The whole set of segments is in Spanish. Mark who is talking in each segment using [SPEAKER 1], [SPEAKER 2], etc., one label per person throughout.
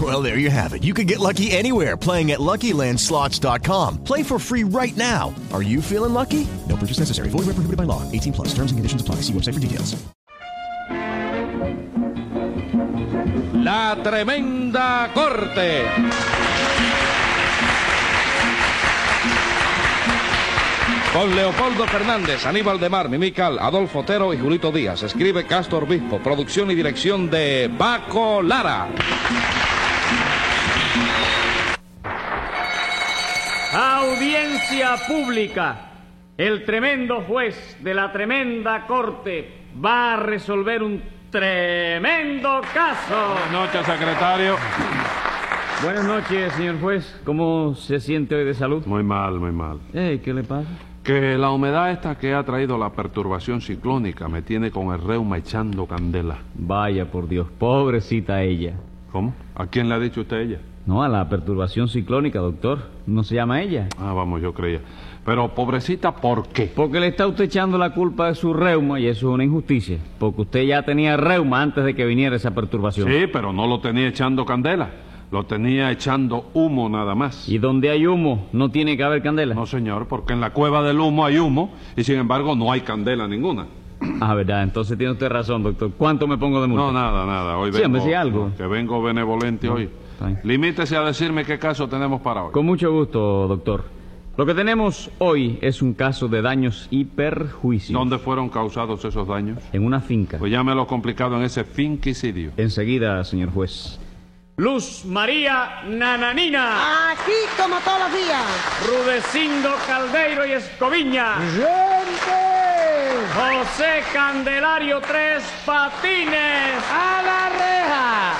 [SPEAKER 1] Well, there you have it. You can get lucky anywhere playing at LuckyLandSlots.com. Play for free right now. Are you feeling lucky? No purchase necessary. Void where prohibited by law. 18 plus. Terms and conditions apply. See website for details.
[SPEAKER 2] La tremenda corte. Con Leopoldo Fernández, Aníbal de Mar, Mimical, Adolfo Otero y Julito Díaz. Escribe Castor Bispo. Producción y dirección de Paco Lara.
[SPEAKER 3] Audiencia pública. El tremendo juez de la tremenda corte va a resolver un tremendo caso.
[SPEAKER 2] Noches, secretario.
[SPEAKER 3] Buenas noches, señor juez. ¿Cómo se siente hoy de salud?
[SPEAKER 2] Muy mal, muy mal.
[SPEAKER 3] Ey, ¿Qué le pasa?
[SPEAKER 2] Que la humedad esta que ha traído la perturbación ciclónica me tiene con el reuma echando candela.
[SPEAKER 3] Vaya por Dios, pobrecita ella.
[SPEAKER 2] ¿Cómo? ¿A quién le ha dicho usted ella?
[SPEAKER 3] No, a la perturbación ciclónica, doctor. No se llama ella.
[SPEAKER 2] Ah, vamos, yo creía. Pero pobrecita, ¿por qué?
[SPEAKER 3] Porque le está usted echando la culpa de su reuma y eso es una injusticia. Porque usted ya tenía reuma antes de que viniera esa perturbación.
[SPEAKER 2] Sí, pero no lo tenía echando candela. Lo tenía echando humo nada más.
[SPEAKER 3] Y donde hay humo, no tiene que haber candela.
[SPEAKER 2] No, señor, porque en la cueva del humo hay humo y sin embargo no hay candela ninguna.
[SPEAKER 3] Ah, verdad, entonces tiene usted razón, doctor. ¿Cuánto me pongo de multa?
[SPEAKER 2] No, nada, nada. Hoy
[SPEAKER 3] Sí,
[SPEAKER 2] vengo,
[SPEAKER 3] hombre, sí, algo.
[SPEAKER 2] Que vengo benevolente hoy.
[SPEAKER 3] está bien.
[SPEAKER 2] Limítese a decirme qué caso tenemos para hoy.
[SPEAKER 3] Con mucho gusto, doctor. Lo que tenemos hoy es un caso de daños y perjuicios.
[SPEAKER 2] ¿Dónde fueron causados esos daños?
[SPEAKER 3] En una finca.
[SPEAKER 2] Pues llámelo complicado en ese finquicidio.
[SPEAKER 3] Enseguida, señor juez. Luz María Nananina,
[SPEAKER 4] Aquí como todos los días.
[SPEAKER 3] Rudecindo Caldeiro y Escoviña,
[SPEAKER 4] ¡Gente!
[SPEAKER 3] José Candelario Tres Patines.
[SPEAKER 4] ¡A la reja!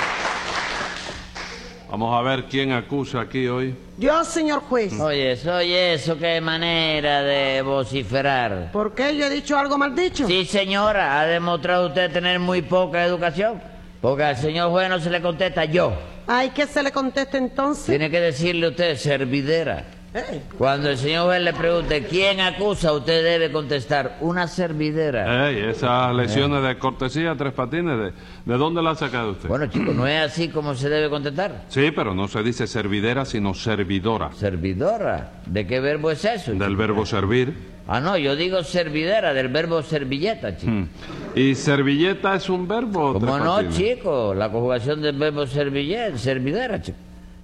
[SPEAKER 2] Vamos a ver quién acusa aquí hoy.
[SPEAKER 4] Yo, señor juez,
[SPEAKER 5] Oye, eso, oye, eso qué manera de vociferar.
[SPEAKER 4] ¿por qué yo he dicho algo mal dicho?
[SPEAKER 5] Sí, señora, ha demostrado usted tener muy poca educación. Porque al señor juez no se le contesta yo.
[SPEAKER 4] Ay, que se le conteste entonces.
[SPEAKER 5] Tiene que decirle usted, servidera.
[SPEAKER 4] Eh,
[SPEAKER 5] Cuando el señor juez le pregunte quién acusa, usted debe contestar, una servidera.
[SPEAKER 2] Ey,
[SPEAKER 5] eh.
[SPEAKER 2] esas lesiones de cortesía, tres patines, ¿de, de dónde las ha sacado usted?
[SPEAKER 5] Bueno, chicos, no es así como se debe contestar.
[SPEAKER 2] Sí, pero no se dice servidera, sino servidora.
[SPEAKER 5] Servidora, ¿de qué verbo es eso?
[SPEAKER 2] Del
[SPEAKER 5] chico?
[SPEAKER 2] verbo servir.
[SPEAKER 5] Ah, no, yo digo servidera, del verbo servilleta, chico.
[SPEAKER 2] Mm. ¿Y servilleta es un verbo?
[SPEAKER 5] Como
[SPEAKER 2] Tres
[SPEAKER 5] no,
[SPEAKER 2] Patines?
[SPEAKER 5] chico? La conjugación del verbo servilleta, servidera, chico.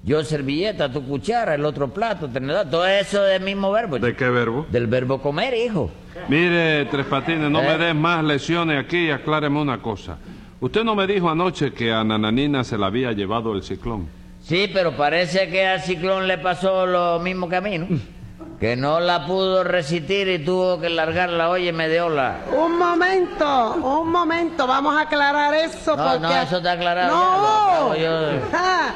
[SPEAKER 5] Yo servilleta, tu cuchara, el otro plato, tenedor, todo eso es el mismo verbo.
[SPEAKER 2] ¿De
[SPEAKER 5] chico.
[SPEAKER 2] qué verbo?
[SPEAKER 5] Pues Del verbo comer, hijo.
[SPEAKER 2] Mire, Tres Patines, no
[SPEAKER 5] Eh.
[SPEAKER 2] me des más lesiones aquí y acláreme una cosa. Usted no me dijo anoche que a Nananina se la había llevado el ciclón.
[SPEAKER 5] Sí, pero parece que al ciclón le pasó lo mismo que a mí, ¿no? Que no la pudo resistir y tuvo que largarla, oye, me dio la...
[SPEAKER 4] un momento, un momento, vamos a aclarar eso.
[SPEAKER 5] No,
[SPEAKER 4] porque...
[SPEAKER 5] no, eso está aclarado
[SPEAKER 4] ¡No!
[SPEAKER 5] ya, lo aclaro yo.
[SPEAKER 4] Ah,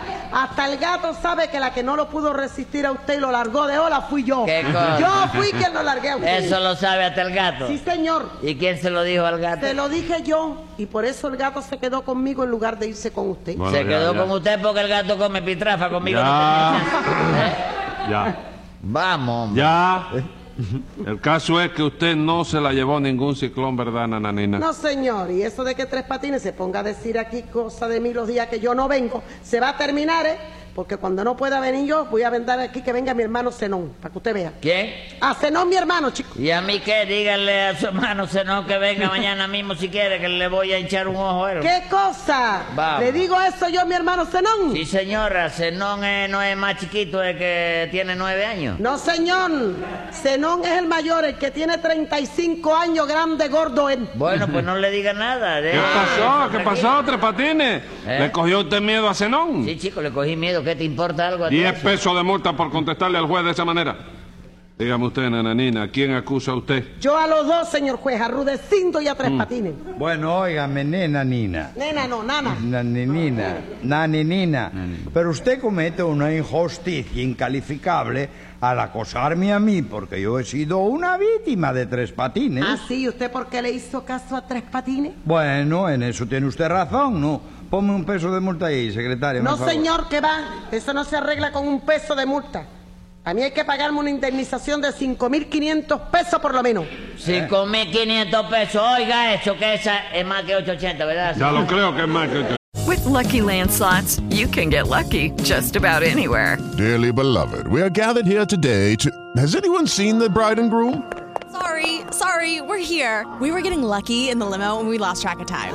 [SPEAKER 4] hasta el gato sabe que la que no lo pudo resistir a usted y lo largó de ola fui yo.
[SPEAKER 5] ¿Qué cosa?
[SPEAKER 4] Yo fui quien lo largué a usted.
[SPEAKER 5] Eso lo sabe hasta el gato.
[SPEAKER 4] Sí, señor.
[SPEAKER 5] ¿Y quién se lo dijo al gato?
[SPEAKER 4] Te lo dije yo y por eso el gato se quedó conmigo en lugar de irse con usted.
[SPEAKER 2] Bueno,
[SPEAKER 5] se
[SPEAKER 2] ya,
[SPEAKER 5] quedó
[SPEAKER 2] ya.
[SPEAKER 5] con usted porque el gato come pitrafa conmigo. no
[SPEAKER 2] Ya.
[SPEAKER 5] tenía chance. ¿Eh?
[SPEAKER 2] Ya,
[SPEAKER 5] Vamos, hombre.
[SPEAKER 2] ya. El caso es que usted no se la llevó ningún ciclón, ¿verdad, Nananina?
[SPEAKER 4] No, señor, y eso de que Tres Patines se ponga a decir aquí cosas de mí los días que yo no vengo, se va a terminar, ¿eh?
[SPEAKER 6] Porque cuando no pueda venir yo, voy a vender aquí que venga mi hermano Zenón, para que usted vea.
[SPEAKER 5] ¿Quién?
[SPEAKER 6] A Zenón, Ah, mi hermano, chico.
[SPEAKER 5] ¿Y a mí qué? Dígale a su hermano Zenón que venga mañana mismo si quiere, que le voy a hinchar un ojo a él.
[SPEAKER 6] ¿Qué cosa?
[SPEAKER 5] Vamos.
[SPEAKER 6] ¿Le digo eso yo a mi hermano Zenón?
[SPEAKER 5] Sí, señora, Zenón eh, no es más chiquito, es que tiene nueve años.
[SPEAKER 6] No, señor. Zenón es el mayor, el que tiene 35 años, grande, gordo. él.
[SPEAKER 5] Bueno, pues no le diga nada.
[SPEAKER 2] ¿Qué pasó? ¿Qué pasó, Tres Patines?
[SPEAKER 5] ¿Eh?
[SPEAKER 2] ¿Le cogió usted miedo a Zenón?
[SPEAKER 5] Sí, chico, le cogí miedo. ¿Qué te importa algo a ti?
[SPEAKER 2] Diez pesos de multa por contestarle al juez de esa manera. Dígame usted, nananina, ¿a quién acusa usted?
[SPEAKER 6] Yo a los dos, señor juez, a Rudecindo y a
[SPEAKER 7] Mm.
[SPEAKER 6] Tres Patines.
[SPEAKER 7] Bueno, óigame, nena Nina.
[SPEAKER 6] Nena, no, nana.
[SPEAKER 7] Naninina, naninina. Pero usted comete una injusticia incalificable al acosarme a mí, porque yo he sido una víctima de tres patines.
[SPEAKER 6] Ah, sí, ¿y usted por qué le hizo caso a Tres Patines?
[SPEAKER 7] Bueno, en eso tiene usted razón, ¿no? Ponme un peso de multa ahí, secretario.
[SPEAKER 6] No,
[SPEAKER 7] por favor.
[SPEAKER 6] señor, que va. Eso no se arregla con un peso de multa. A mí hay que pagarme una indemnización de 5.500 pesos por lo menos.
[SPEAKER 7] ¿Eh?
[SPEAKER 5] 5.500 pesos. Oiga eso, que esa es más que 880, ¿verdad?
[SPEAKER 2] Ya lo creo que es más que usted.
[SPEAKER 8] With Lucky Land slots, you can get lucky just about anywhere.
[SPEAKER 9] Dearly beloved, we are gathered here
[SPEAKER 7] Eh,
[SPEAKER 9] today to. Has anyone seen the bride and groom?
[SPEAKER 10] Sorry, sorry, we're here. We were getting lucky in the limo and we lost track of time.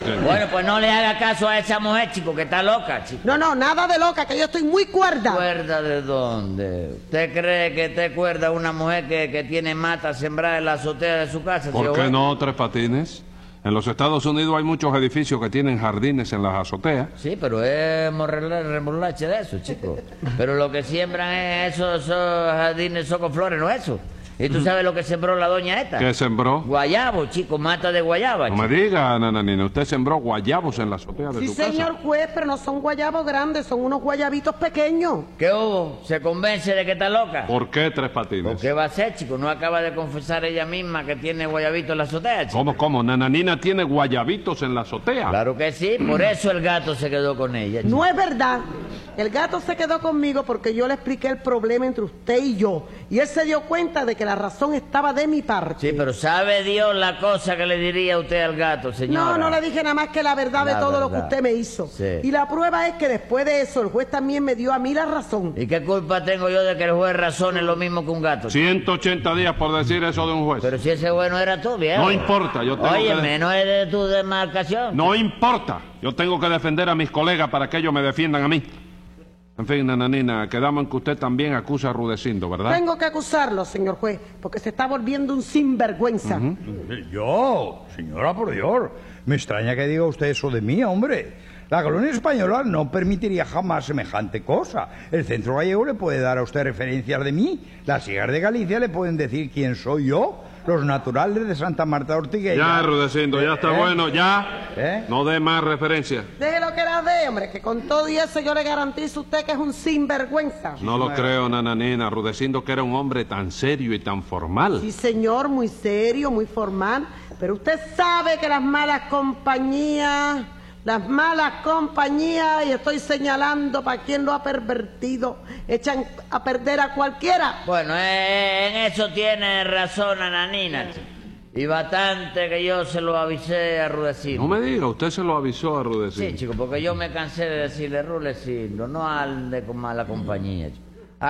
[SPEAKER 5] Bueno, pues no le haga caso a esa mujer, chico, que está loca, chico.
[SPEAKER 6] No, no, nada de loca, que yo estoy muy cuerda.
[SPEAKER 5] ¿Cuerda de dónde? ¿Usted cree que te cuerda una mujer que, que tiene mata sembrada en la azotea de su casa?
[SPEAKER 2] ¿Por
[SPEAKER 5] tío?
[SPEAKER 2] qué no Tres Patines? En los Estados Unidos hay muchos edificios que tienen jardines en las azoteas.
[SPEAKER 5] Sí, pero es morrela- remolacha de eso, chico. Pero lo que siembran es esos, esos jardines, esos con flores, no eso. ¿Y tú sabes lo que sembró la doña esta?
[SPEAKER 2] ¿Qué sembró?
[SPEAKER 5] Guayabo, chico, mata de guayaba.
[SPEAKER 2] No me
[SPEAKER 5] chico.
[SPEAKER 2] diga, nananina, usted sembró guayabos en la azotea de
[SPEAKER 6] Sí,
[SPEAKER 2] su
[SPEAKER 6] señor
[SPEAKER 4] pues,
[SPEAKER 6] juez, pero no son guayabos grandes, son unos guayabitos pequeños.
[SPEAKER 5] ¿Qué hubo? ¿Se convence de que está loca?
[SPEAKER 2] casa. ¿Por qué Tres
[SPEAKER 5] ¿O
[SPEAKER 2] Patines?
[SPEAKER 5] ¿Qué va a hacer, chico? No acaba de confesar ella misma que tiene guayabito en la azotea, chico.
[SPEAKER 2] ¿Cómo, cómo? Nananina tiene guayabitos en la azotea.
[SPEAKER 5] Claro que sí,
[SPEAKER 2] Mm.
[SPEAKER 5] por eso el gato se quedó con ella. chico.
[SPEAKER 6] No es verdad. El gato se quedó conmigo porque yo le expliqué el problema entre usted y yo. Y él se dio cuenta de que la razón estaba de mi parte.
[SPEAKER 5] Sí, pero sabe Dios la cosa que le diría usted al gato, señora.
[SPEAKER 6] No, no le dije nada más que la verdad
[SPEAKER 5] La
[SPEAKER 6] de todo lo que
[SPEAKER 5] verdad.
[SPEAKER 6] usted me hizo.
[SPEAKER 5] Sí.
[SPEAKER 6] Y la prueba es que después de eso el juez también me dio a mí la razón.
[SPEAKER 5] ¿Y qué culpa tengo yo de que el juez razone lo mismo que un gato?
[SPEAKER 2] 180 días por decir eso de un juez.
[SPEAKER 5] Pero si ese juez no era tú, viejo.
[SPEAKER 2] No importa, yo tengo
[SPEAKER 5] Oye,
[SPEAKER 2] que-
[SPEAKER 5] menos es de tu demarcación.
[SPEAKER 2] No importa. Yo tengo que defender a mis colegas para que ellos me defiendan a mí. En fin, nananina, quedamos en que usted también acusa a Rudecindo,
[SPEAKER 5] Ah.
[SPEAKER 2] ¿verdad?
[SPEAKER 6] Tengo que acusarlo, señor juez, porque se está volviendo un sinvergüenza.
[SPEAKER 7] Yo, señora, por Dios, me extraña que diga usted eso de mí, hombre. La colonia española no permitiría jamás semejante cosa. El centro gallego le puede dar a usted referencias de mí. Las cigas de Galicia le pueden decir quién soy yo. Los naturales de Santa Marta Ortigueira.
[SPEAKER 2] Ya, Rudecindo, ya está
[SPEAKER 7] ¿Eh?
[SPEAKER 2] bueno, ya.
[SPEAKER 7] ¿Eh?
[SPEAKER 2] No dé más referencias.
[SPEAKER 6] Déjelo que la dé, hombre, que con todo y eso yo le garantizo a usted que es un sinvergüenza.
[SPEAKER 2] No lo creo, nananina. Rudecindo que era un hombre tan serio y tan formal.
[SPEAKER 6] Sí, señor, muy serio, muy formal. Pero usted sabe que las malas compañías, las malas compañías, y estoy señalando para quien lo ha pervertido, echan a perder a cualquiera.
[SPEAKER 5] Bueno, eh, en eso tiene razón Ananina. Y bastante que yo se lo avisé a Rudecindo.
[SPEAKER 2] No me diga, usted se lo avisó a Rudecindo.
[SPEAKER 5] Sí, chico, porque yo me cansé de decirle Rudecindo, no ande con mala compañía. chico.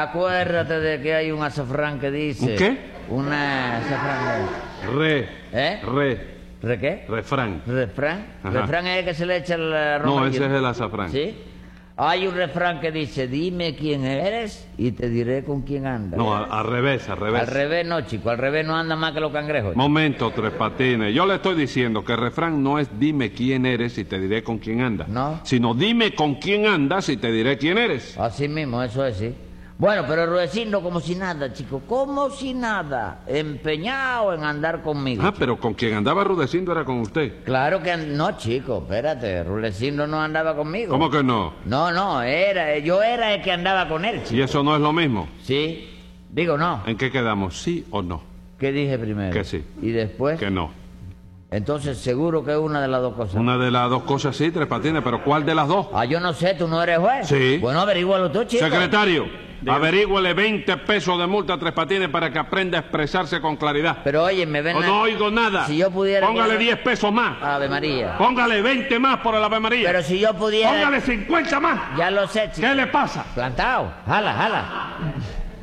[SPEAKER 5] Acuérdate de que hay un azafrán que dice...
[SPEAKER 2] ¿Un qué?
[SPEAKER 5] Una azafrán...
[SPEAKER 2] Re.
[SPEAKER 5] ¿Eh?
[SPEAKER 2] Re.
[SPEAKER 5] ¿Re qué?
[SPEAKER 2] Refrán.
[SPEAKER 5] Refrán.
[SPEAKER 2] Ajá.
[SPEAKER 5] Refrán es el que se le echa el eh,
[SPEAKER 2] No,
[SPEAKER 5] romaquito.
[SPEAKER 2] ese es el azafrán.
[SPEAKER 5] ¿Sí? Hay un refrán que dice, dime quién eres y te diré con quién andas.
[SPEAKER 2] No, al, al revés, al revés.
[SPEAKER 5] Al revés no, chico, al revés no anda más que los cangrejos. chico.
[SPEAKER 2] Momento, Tres Patines. Yo le estoy diciendo que el refrán no es dime quién eres y te diré con quién andas. No. Sino dime con quién andas y te diré quién eres.
[SPEAKER 5] Así mismo, eso es, sí. Bueno, pero Rudecindo como si nada, chico, como si nada, empeñado en andar conmigo.
[SPEAKER 2] Ah, pero con quien andaba Rudecindo era con usted.
[SPEAKER 5] Claro que an- no, chico, espérate, Rudecindo no andaba conmigo.
[SPEAKER 2] ¿Cómo que no?
[SPEAKER 5] No, no, era, yo era el que andaba con él, chico.
[SPEAKER 2] ¿Y eso no es lo mismo?
[SPEAKER 5] Sí. Digo no.
[SPEAKER 2] ¿En qué quedamos? ¿Sí o no?
[SPEAKER 5] ¿Qué dije primero?
[SPEAKER 2] Eh, Que sí.
[SPEAKER 5] ¿Y después?
[SPEAKER 2] Que no.
[SPEAKER 5] Entonces seguro que es una de las dos cosas.
[SPEAKER 2] Una de las dos cosas sí, Tres Patines, pero ¿cuál de las dos?
[SPEAKER 5] Ah, yo no sé, tú no eres juez.
[SPEAKER 2] Sí.
[SPEAKER 5] Bueno, averígualo tú, chico.
[SPEAKER 2] Secretario, averígüele 20 pesos de multa a Tres Patines para que aprenda a expresarse con claridad.
[SPEAKER 5] Pero oye, me ven...
[SPEAKER 2] O no oigo nada.
[SPEAKER 5] Si yo pudiera...
[SPEAKER 2] Póngale 10 pesos más.
[SPEAKER 5] Ave María.
[SPEAKER 2] Póngale 20 más por el Ave María.
[SPEAKER 5] Pero si yo pudiera...
[SPEAKER 2] Póngale 50 más.
[SPEAKER 5] Ya lo sé, chico.
[SPEAKER 2] ¿Qué le pasa?
[SPEAKER 5] Plantado. Jala, jala.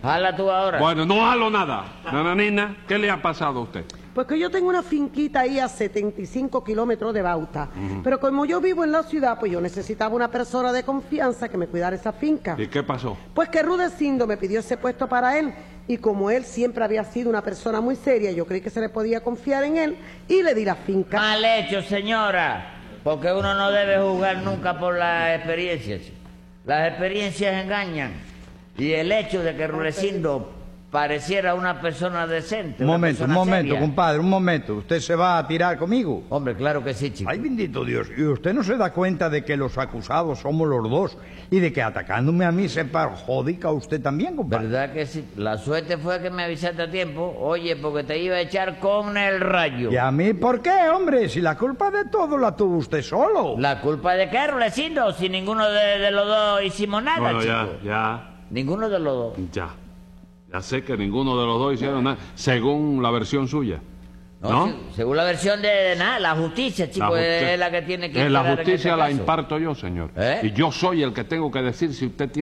[SPEAKER 5] Jala tú ahora.
[SPEAKER 2] Bueno, no halo nada. Nananina, ¿qué le ha pasado a usted?
[SPEAKER 6] Pues que yo tengo una finquita ahí a 75 kilómetros de Bauta. Pero como yo vivo en la ciudad, pues yo necesitaba una persona de confianza que me cuidara esa
[SPEAKER 5] Ah.
[SPEAKER 6] finca.
[SPEAKER 2] ¿Y qué pasó?
[SPEAKER 6] Pues que Rudecindo me pidió ese puesto para él. Y como él siempre había sido una persona muy seria, yo creí que se le podía confiar en él y le di la finca.
[SPEAKER 5] Mal hecho, señora. Porque uno no debe juzgar nunca por las experiencias. Las experiencias engañan. Y el hecho de que Rudecindo pareciera una persona decente.
[SPEAKER 3] Un
[SPEAKER 5] una
[SPEAKER 3] momento, un
[SPEAKER 5] persona
[SPEAKER 3] momento,
[SPEAKER 5] seria.
[SPEAKER 3] compadre, un momento. ¿Usted se va a tirar conmigo?
[SPEAKER 5] Hombre, claro que sí, chico.
[SPEAKER 3] Ay, bendito Dios. ¿Y usted no se da cuenta de que los acusados somos los dos? Y de que atacándome a mí se perjudica usted también, compadre.
[SPEAKER 5] ¿Verdad que sí? La suerte fue que me avisaste a tiempo. Oye, porque te iba a echar con el rayo.
[SPEAKER 3] ¿Y a mí por qué, hombre? Si la culpa de todo la tuvo usted solo.
[SPEAKER 5] ¿La culpa de qué, Rulecindo? Si ninguno de, de los dos hicimos nada,
[SPEAKER 2] bueno,
[SPEAKER 5] chico.
[SPEAKER 2] ya, ya,
[SPEAKER 5] Ninguno de los dos.
[SPEAKER 2] ya. Ya sé que ninguno de los dos hicieron nada, según la versión suya. ¿No?
[SPEAKER 5] se- según la versión de, de nada, la justicia,
[SPEAKER 2] La
[SPEAKER 5] chico,
[SPEAKER 2] justi-
[SPEAKER 5] pues, es la que tiene que
[SPEAKER 2] Eh, La
[SPEAKER 5] imperar en
[SPEAKER 2] justicia
[SPEAKER 5] este
[SPEAKER 2] la
[SPEAKER 5] caso. ¿Eh?
[SPEAKER 2] imparto yo, señor. Y yo soy el que tengo que decir si usted tiene...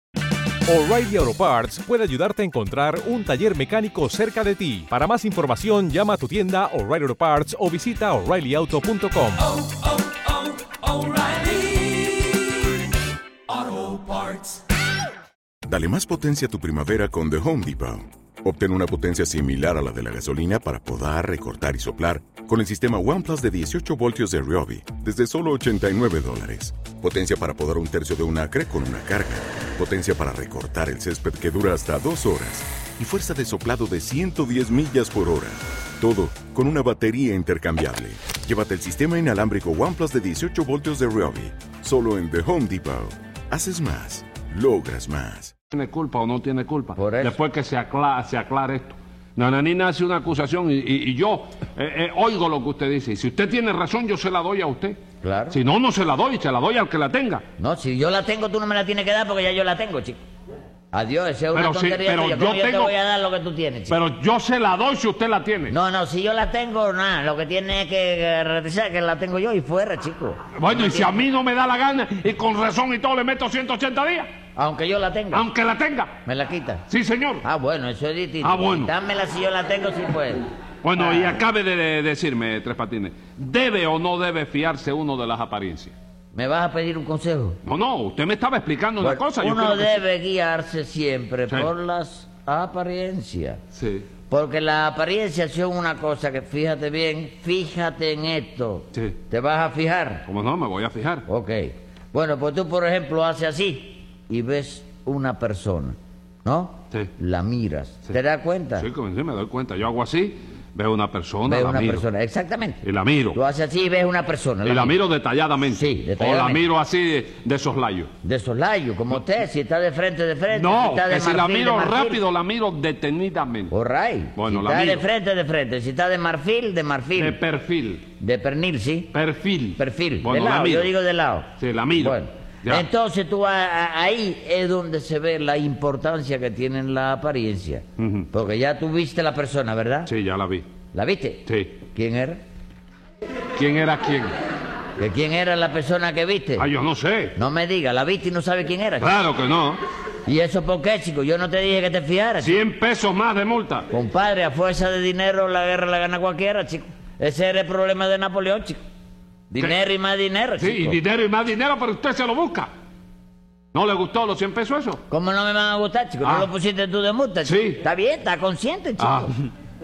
[SPEAKER 11] O'Reilly Auto Parts puede ayudarte a encontrar un taller mecánico cerca de ti. Para más información, llama a tu tienda O'Reilly Auto Parts o visita oreillyauto.com.
[SPEAKER 12] Dale más potencia a tu primavera con The Home Depot. Obtén una potencia similar a la de la gasolina para podar, recortar y soplar con el sistema OnePlus de 18 voltios de Ryobi desde solo 89 dólares. Potencia para podar un tercio de un acre con una carga. Potencia para recortar el césped que dura hasta dos horas. Y fuerza de soplado de 110 millas por hora. Todo con una batería intercambiable. Llévate el sistema inalámbrico OnePlus de 18 voltios de Ryobi solo en The Home Depot. Haces más, logras más.
[SPEAKER 2] tiene culpa o no tiene culpa. Después que se, acla- se aclare esto. Nananina hace una acusación y, y- y yo eh, eh, oigo lo que usted dice. Y si usted tiene razón, yo se la doy a usted. Claro. Si no, no se la doy, se la doy al que la tenga.
[SPEAKER 5] No, si yo la tengo, tú no me la tienes que dar porque ya yo la tengo, chico. Adiós, esa es una
[SPEAKER 2] Pero sí,
[SPEAKER 5] tontería
[SPEAKER 2] pero
[SPEAKER 5] tuya.
[SPEAKER 2] yo
[SPEAKER 5] ¿Cómo te
[SPEAKER 2] tengo-
[SPEAKER 5] voy a dar lo que tú tienes, chico?
[SPEAKER 2] Pero yo se la doy si usted la tiene.
[SPEAKER 5] No, no, si yo la tengo, nada. Lo que tiene es que garantizar que la tengo yo y fuera, chico.
[SPEAKER 2] Bueno, y si a mí no me da la gana y con razón y todo le meto 180 días,
[SPEAKER 5] Aunque yo la tenga.
[SPEAKER 2] aunque la tenga.
[SPEAKER 5] ¿Me la quita?
[SPEAKER 2] Sí, señor.
[SPEAKER 5] Ah, bueno, eso es distinto.
[SPEAKER 2] Ah, bueno.
[SPEAKER 5] Dámela si yo la tengo, si puedes.
[SPEAKER 2] Bueno, y
[SPEAKER 5] Ah.
[SPEAKER 2] acabe de- de decirme, Tres Patines, ¿debe o no debe fiarse uno de las apariencias?
[SPEAKER 5] ¿Me vas a pedir un consejo?
[SPEAKER 2] No, no, usted me estaba explicando una
[SPEAKER 5] Bueno,
[SPEAKER 2] cosa. yo
[SPEAKER 5] uno
[SPEAKER 2] creo que sí.
[SPEAKER 5] debe guiarse siempre
[SPEAKER 2] Sí.
[SPEAKER 5] por las apariencias.
[SPEAKER 2] Sí.
[SPEAKER 5] Porque las apariencias son una cosa que, fíjate bien, fíjate en esto. ¿Te vas a fijar?
[SPEAKER 2] Como no, me voy a fijar.
[SPEAKER 5] Ok. Bueno, pues tú, por ejemplo, haces así y ves una persona, ¿no? La miras. ¿Te das cuenta?
[SPEAKER 2] Sí, como sí, me doy cuenta. Yo hago así, veo una persona,
[SPEAKER 5] Veo
[SPEAKER 2] la
[SPEAKER 5] una
[SPEAKER 2] miro.
[SPEAKER 5] persona, exactamente.
[SPEAKER 2] Y la miro.
[SPEAKER 5] Lo hace así y ves una persona.
[SPEAKER 2] Y la miro detalladamente.
[SPEAKER 5] Sí,
[SPEAKER 2] O la
[SPEAKER 5] detalladamente.
[SPEAKER 2] miro así de, de soslayo.
[SPEAKER 5] De soslayo, como usted, si está de frente, de frente. si
[SPEAKER 2] No,
[SPEAKER 5] está de
[SPEAKER 2] que si la
[SPEAKER 5] marfil, de
[SPEAKER 2] miro
[SPEAKER 5] marfil.
[SPEAKER 2] rápido, la miro detenidamente. Bueno,
[SPEAKER 5] si
[SPEAKER 2] la
[SPEAKER 5] está
[SPEAKER 2] miro.
[SPEAKER 5] de frente, de frente. Si está de marfil, de marfil.
[SPEAKER 2] De perfil.
[SPEAKER 5] De pernil, sí.
[SPEAKER 2] Perfil.
[SPEAKER 5] Perfil.
[SPEAKER 2] Bueno,
[SPEAKER 5] de
[SPEAKER 2] la
[SPEAKER 5] lado,
[SPEAKER 2] miro.
[SPEAKER 5] yo digo de lado.
[SPEAKER 2] Sí, la miro.
[SPEAKER 5] Bueno.
[SPEAKER 2] Ya.
[SPEAKER 5] Entonces tú a- a- ahí es donde se ve la importancia que tiene la apariencia. Porque ya tú viste la persona, ¿verdad?
[SPEAKER 2] Mm. Sí, ya la vi.
[SPEAKER 5] ¿La viste?
[SPEAKER 2] Sí.
[SPEAKER 5] ¿Quién era?
[SPEAKER 2] ¿Quién era quién?
[SPEAKER 5] ¿Que ¿Quién era la persona que viste?
[SPEAKER 2] Ah, yo Ah. no sé.
[SPEAKER 5] No me diga, la viste y no sabe quién era. chico.
[SPEAKER 2] Claro que no.
[SPEAKER 5] ¿Y eso por qué, chico? Yo no te dije que te fiaras.
[SPEAKER 2] 100 pesos más de multa.
[SPEAKER 5] Compadre, a fuerza de dinero la guerra la gana cualquiera, chico. Ese era el problema de Napoleón, chico. Dinero y más dinero,
[SPEAKER 2] Sí, y
[SPEAKER 5] chico.
[SPEAKER 2] dinero y más dinero, pero usted se lo busca. ¿No le gustó los 100 pesos eso?
[SPEAKER 5] ¿Cómo no me van a gustar, chico?
[SPEAKER 2] Ah.
[SPEAKER 5] ¿No lo pusiste tú de multa, chico?
[SPEAKER 2] Sí.
[SPEAKER 5] Está bien, está consciente, chico.
[SPEAKER 2] Ah,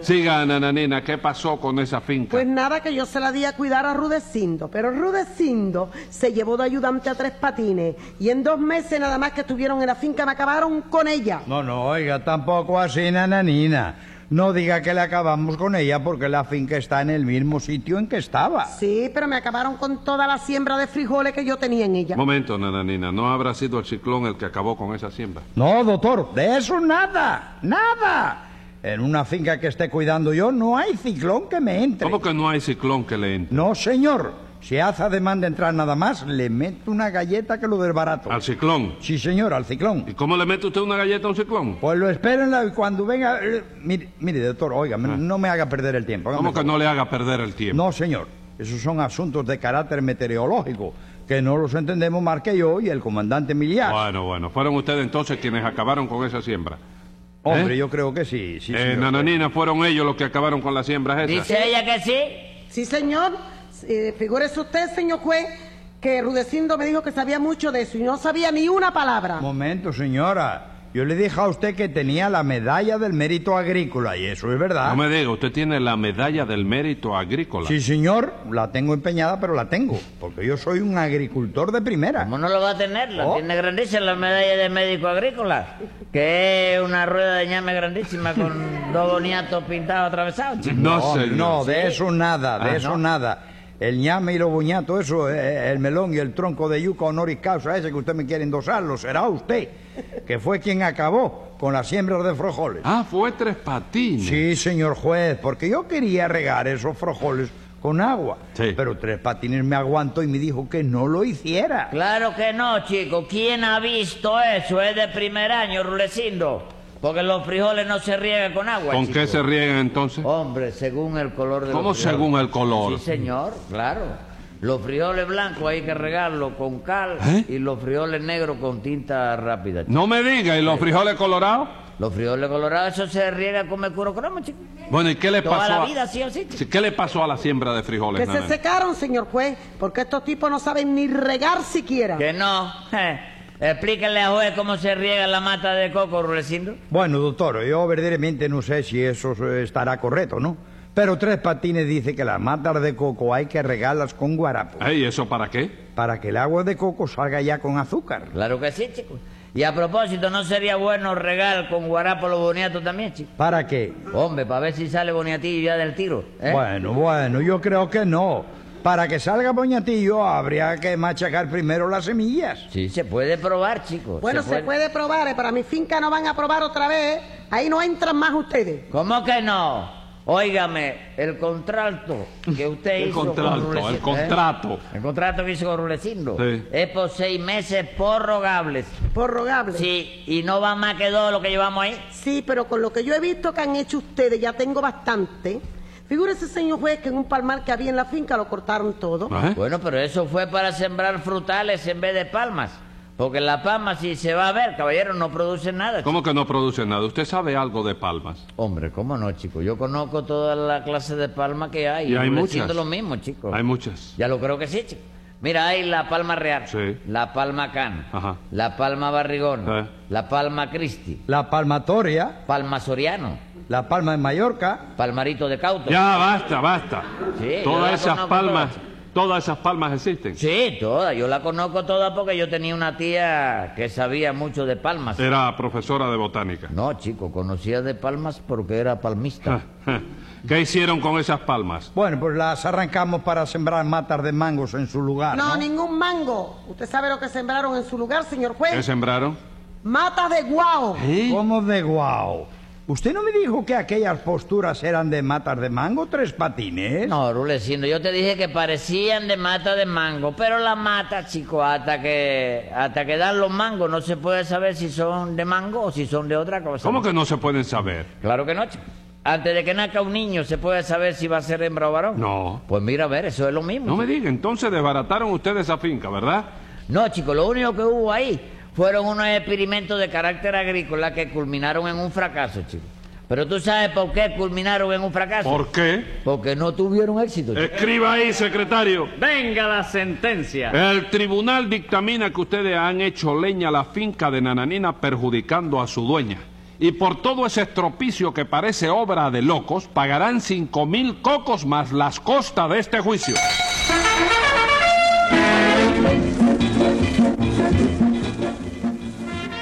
[SPEAKER 2] siga, nananina, ¿qué pasó con esa finca?
[SPEAKER 6] Pues nada, que yo se la di a cuidar a Rudecindo, pero Rudecindo se llevó de ayudante a tres patines y en dos meses nada más que estuvieron en la finca me acabaron con ella.
[SPEAKER 3] No, no, oiga, tampoco así, nananina. No diga que la acabamos con ella porque la finca está en el mismo sitio en que estaba.
[SPEAKER 6] Sí, pero me acabaron con toda la siembra de frijoles que yo tenía en ella.
[SPEAKER 2] Momento, nananina, ¿no habrá sido el ciclón el que acabó con esa siembra?
[SPEAKER 3] No, doctor, de eso nada, nada. En una finca que esté cuidando yo no hay ciclón que me entre.
[SPEAKER 2] ¿Cómo que no hay ciclón que le entre?
[SPEAKER 3] No, señor. Si hace además de entrar nada más, le meto una galleta que lo desbarato.
[SPEAKER 2] ¿Al ciclón?
[SPEAKER 3] Sí, señor, al ciclón.
[SPEAKER 2] ¿Y cómo le mete usted una galleta a un ciclón?
[SPEAKER 3] Pues lo espérenla y cuando venga... eh, Mire, mire doctor, oiga, no me haga perder el tiempo.
[SPEAKER 2] Ah.
[SPEAKER 3] hágame
[SPEAKER 2] ¿Cómo
[SPEAKER 3] el
[SPEAKER 2] que
[SPEAKER 3] favor.
[SPEAKER 2] no le haga perder el tiempo?
[SPEAKER 3] No, señor. Esos son asuntos de carácter meteorológico, que no los entendemos más que yo y el comandante Miliás.
[SPEAKER 2] Bueno, ¿eh? bueno, fueron ustedes entonces quienes acabaron con esa siembra.
[SPEAKER 3] Hombre,
[SPEAKER 2] ¿Eh?
[SPEAKER 3] yo creo que sí, sí,
[SPEAKER 2] Eh,
[SPEAKER 3] señor.
[SPEAKER 2] nananina, fueron ellos los que acabaron con la siembra esa.
[SPEAKER 5] ¿Dice ella que sí?
[SPEAKER 6] Sí, señor. Eh, figúrese usted, señor juez, que Rudecindo me dijo que sabía mucho de eso y no sabía ni una palabra.
[SPEAKER 3] Momento, señora. Yo le dije a usted que tenía la medalla del mérito agrícola y eso es verdad.
[SPEAKER 2] No me diga, usted tiene la medalla del mérito agrícola.
[SPEAKER 3] Sí, señor, la tengo empeñada, pero la tengo, porque yo soy un agricultor de primera.
[SPEAKER 5] ¿Cómo no lo va a tener? La
[SPEAKER 3] Oh.
[SPEAKER 5] tiene grandísima la medalla de médico agrícola, que es una rueda de ñame grandísima con dos boniatos pintados atravesados, chico.
[SPEAKER 2] señor.
[SPEAKER 3] Oh, no, de
[SPEAKER 2] Sí.
[SPEAKER 3] eso nada, de
[SPEAKER 2] Ah,
[SPEAKER 3] eso
[SPEAKER 2] no.
[SPEAKER 3] nada. El ñame y los buñatos, eso, eh, el melón y el tronco de yuca honoris causa, ese que usted me quiere endosarlo, será usted, que fue quien acabó con las siembras de frijoles.
[SPEAKER 2] Ah, fue tres patines.
[SPEAKER 3] Sí, señor juez, porque yo quería regar esos frijoles con agua,
[SPEAKER 2] Sí.
[SPEAKER 3] pero Tres Patines me aguantó y me dijo que no lo hiciera.
[SPEAKER 5] Claro que no, chico. ¿Quién ha visto eso? Es de primer año, Rulecindo. Porque los frijoles no se riegan con agua.
[SPEAKER 2] ¿Con
[SPEAKER 5] chico.
[SPEAKER 2] qué se riegan entonces?
[SPEAKER 3] Oh.
[SPEAKER 5] Hombre, según el color de
[SPEAKER 2] ¿Cómo
[SPEAKER 5] los frijoles.
[SPEAKER 2] según el color?
[SPEAKER 5] Sí, señor, claro. Los frijoles blancos hay que regarlos con cal y los frijoles negros con tinta rápida. chico.
[SPEAKER 2] ¿Eh? No me diga, ¿y los frijoles colorados?
[SPEAKER 5] Los frijoles colorados, eso se riega con mercurocromo, chico.
[SPEAKER 2] Bueno, ¿y qué le
[SPEAKER 5] Toda
[SPEAKER 2] pasó?
[SPEAKER 5] la
[SPEAKER 2] a-
[SPEAKER 5] vida, sí, así, chico.
[SPEAKER 2] Sí, ¿Qué le pasó a la siembra de frijoles?
[SPEAKER 6] Que se
[SPEAKER 2] nananina?
[SPEAKER 6] secaron, señor juez, porque estos tipos no saben ni regar siquiera.
[SPEAKER 5] Que no. Explíquenle a juez cómo se riega la mata de coco, Rulecindo.
[SPEAKER 3] Bueno, doctor, yo verdaderamente no sé si eso eh, estará correcto, ¿no? Pero Tres Patines dice que las matas de coco hay que regarlas con guarapo
[SPEAKER 2] Ey, ¿eso para qué?
[SPEAKER 3] para que el agua de coco salga ya con azúcar.
[SPEAKER 5] Claro que sí, chico. Y a propósito, ¿no sería bueno regar con guarapo los boniatos también, chico?
[SPEAKER 3] ¿Para qué?
[SPEAKER 5] Hombre, para ver si sale boniatillo ya del tiro. ¿eh?
[SPEAKER 3] Bueno, bueno, yo creo que no. Para que salga boñatillo habría que machacar primero las semillas.
[SPEAKER 5] Sí, se puede probar, chico.
[SPEAKER 6] Bueno, se puede, probar, eh, pero a mi finca no van a probar otra vez. eh. Ahí no entran más ustedes.
[SPEAKER 5] ¿Cómo que no? Óigame, el contrato que usted
[SPEAKER 2] El
[SPEAKER 5] hizo
[SPEAKER 2] contrato,
[SPEAKER 5] con Rulecindo,
[SPEAKER 2] el
[SPEAKER 5] ¿eh?
[SPEAKER 2] contrato.
[SPEAKER 5] El contrato que hizo con Rulecindo
[SPEAKER 2] Sí.
[SPEAKER 5] es por seis meses prorrogables.
[SPEAKER 6] Prorrogable.
[SPEAKER 5] Sí, y no va más que todo lo que llevamos ahí.
[SPEAKER 6] Sí, pero con lo que yo he visto que han hecho ustedes, ya tengo bastante. Figúrese, señor juez, que en un palmar que había en la finca lo cortaron todo.
[SPEAKER 2] Ajá.
[SPEAKER 3] Pues.
[SPEAKER 5] Bueno, pero eso fue para sembrar frutales en vez de palmas. Porque la palma, si se va a ver, caballero, no produce nada.
[SPEAKER 2] ¿Cómo que no producen nada? ¿Usted sabe algo de palmas?
[SPEAKER 5] Hombre, ¿cómo no, chico? Yo conozco toda la clase de palma que hay.
[SPEAKER 2] Y hay
[SPEAKER 5] Rudecindo
[SPEAKER 2] muchas.
[SPEAKER 5] lo mismo, chico.
[SPEAKER 2] Hay muchas.
[SPEAKER 5] Ya lo creo que sí, chico. Mira, hay la palma real,
[SPEAKER 2] Sí.
[SPEAKER 5] la palma can,
[SPEAKER 2] Ajá. Eh.
[SPEAKER 5] la palma barrigón,
[SPEAKER 2] Sí.
[SPEAKER 5] la palma cristi,
[SPEAKER 3] La palmatoria,
[SPEAKER 5] palma soriano,
[SPEAKER 3] la palma de Mallorca.
[SPEAKER 5] palmarito de cauto.
[SPEAKER 2] Ya, basta, basta.
[SPEAKER 5] Sí, yo la
[SPEAKER 2] todas esas
[SPEAKER 5] conozco
[SPEAKER 2] palmas,
[SPEAKER 5] todas.
[SPEAKER 2] todas esas palmas existen.
[SPEAKER 5] Sí, toda. Yo la conozco toda porque yo tenía una tía que sabía mucho de palmas.
[SPEAKER 2] Eh. Era profesora de botánica. Ah.
[SPEAKER 5] No, chico, conocía de palmas porque era palmista.
[SPEAKER 2] ¿Qué hicieron con esas palmas?
[SPEAKER 3] Bueno, pues las arrancamos para sembrar matas de mangos en su lugar.
[SPEAKER 6] No,
[SPEAKER 3] No,
[SPEAKER 6] ningún mango. ¿Usted sabe lo que sembraron en su lugar, señor juez?
[SPEAKER 2] ¿Qué sembraron?
[SPEAKER 6] Matas de guau.
[SPEAKER 3] ¿Cómo de guau? ¿Usted no me dijo que aquellas posturas eran de matas de mango, tres patines?
[SPEAKER 5] Eh, No, Rulecindo, yo te dije que parecían de mata de mango, pero la mata, chico, hasta que hasta que dan los mangos no se puede saber si son de mango o si son de otra cosa.
[SPEAKER 2] ¿Cómo que no se pueden saber?
[SPEAKER 5] Claro que no, chico. Antes de que nazca un niño se puede saber si va a ser hembra o varón.
[SPEAKER 2] No.
[SPEAKER 5] Pues mira, a ver, eso es lo mismo.
[SPEAKER 2] No me
[SPEAKER 5] chico.
[SPEAKER 2] diga, entonces desbarataron ustedes esa finca, ¿verdad?
[SPEAKER 5] No, chicos, lo único que hubo ahí fueron unos experimentos de carácter agrícola que culminaron en un fracaso, chicos. Pero tú sabes por qué culminaron en un fracaso.
[SPEAKER 2] ¿Por qué?
[SPEAKER 5] Porque no tuvieron éxito. chico.
[SPEAKER 2] Escriba ahí, secretario.
[SPEAKER 13] Venga la sentencia.
[SPEAKER 2] El tribunal dictamina que ustedes han hecho leña a la finca de Nananina perjudicando a su dueña. Y por todo ese estropicio que parece obra de locos, pagarán cinco mil cocos más las costas de este juicio.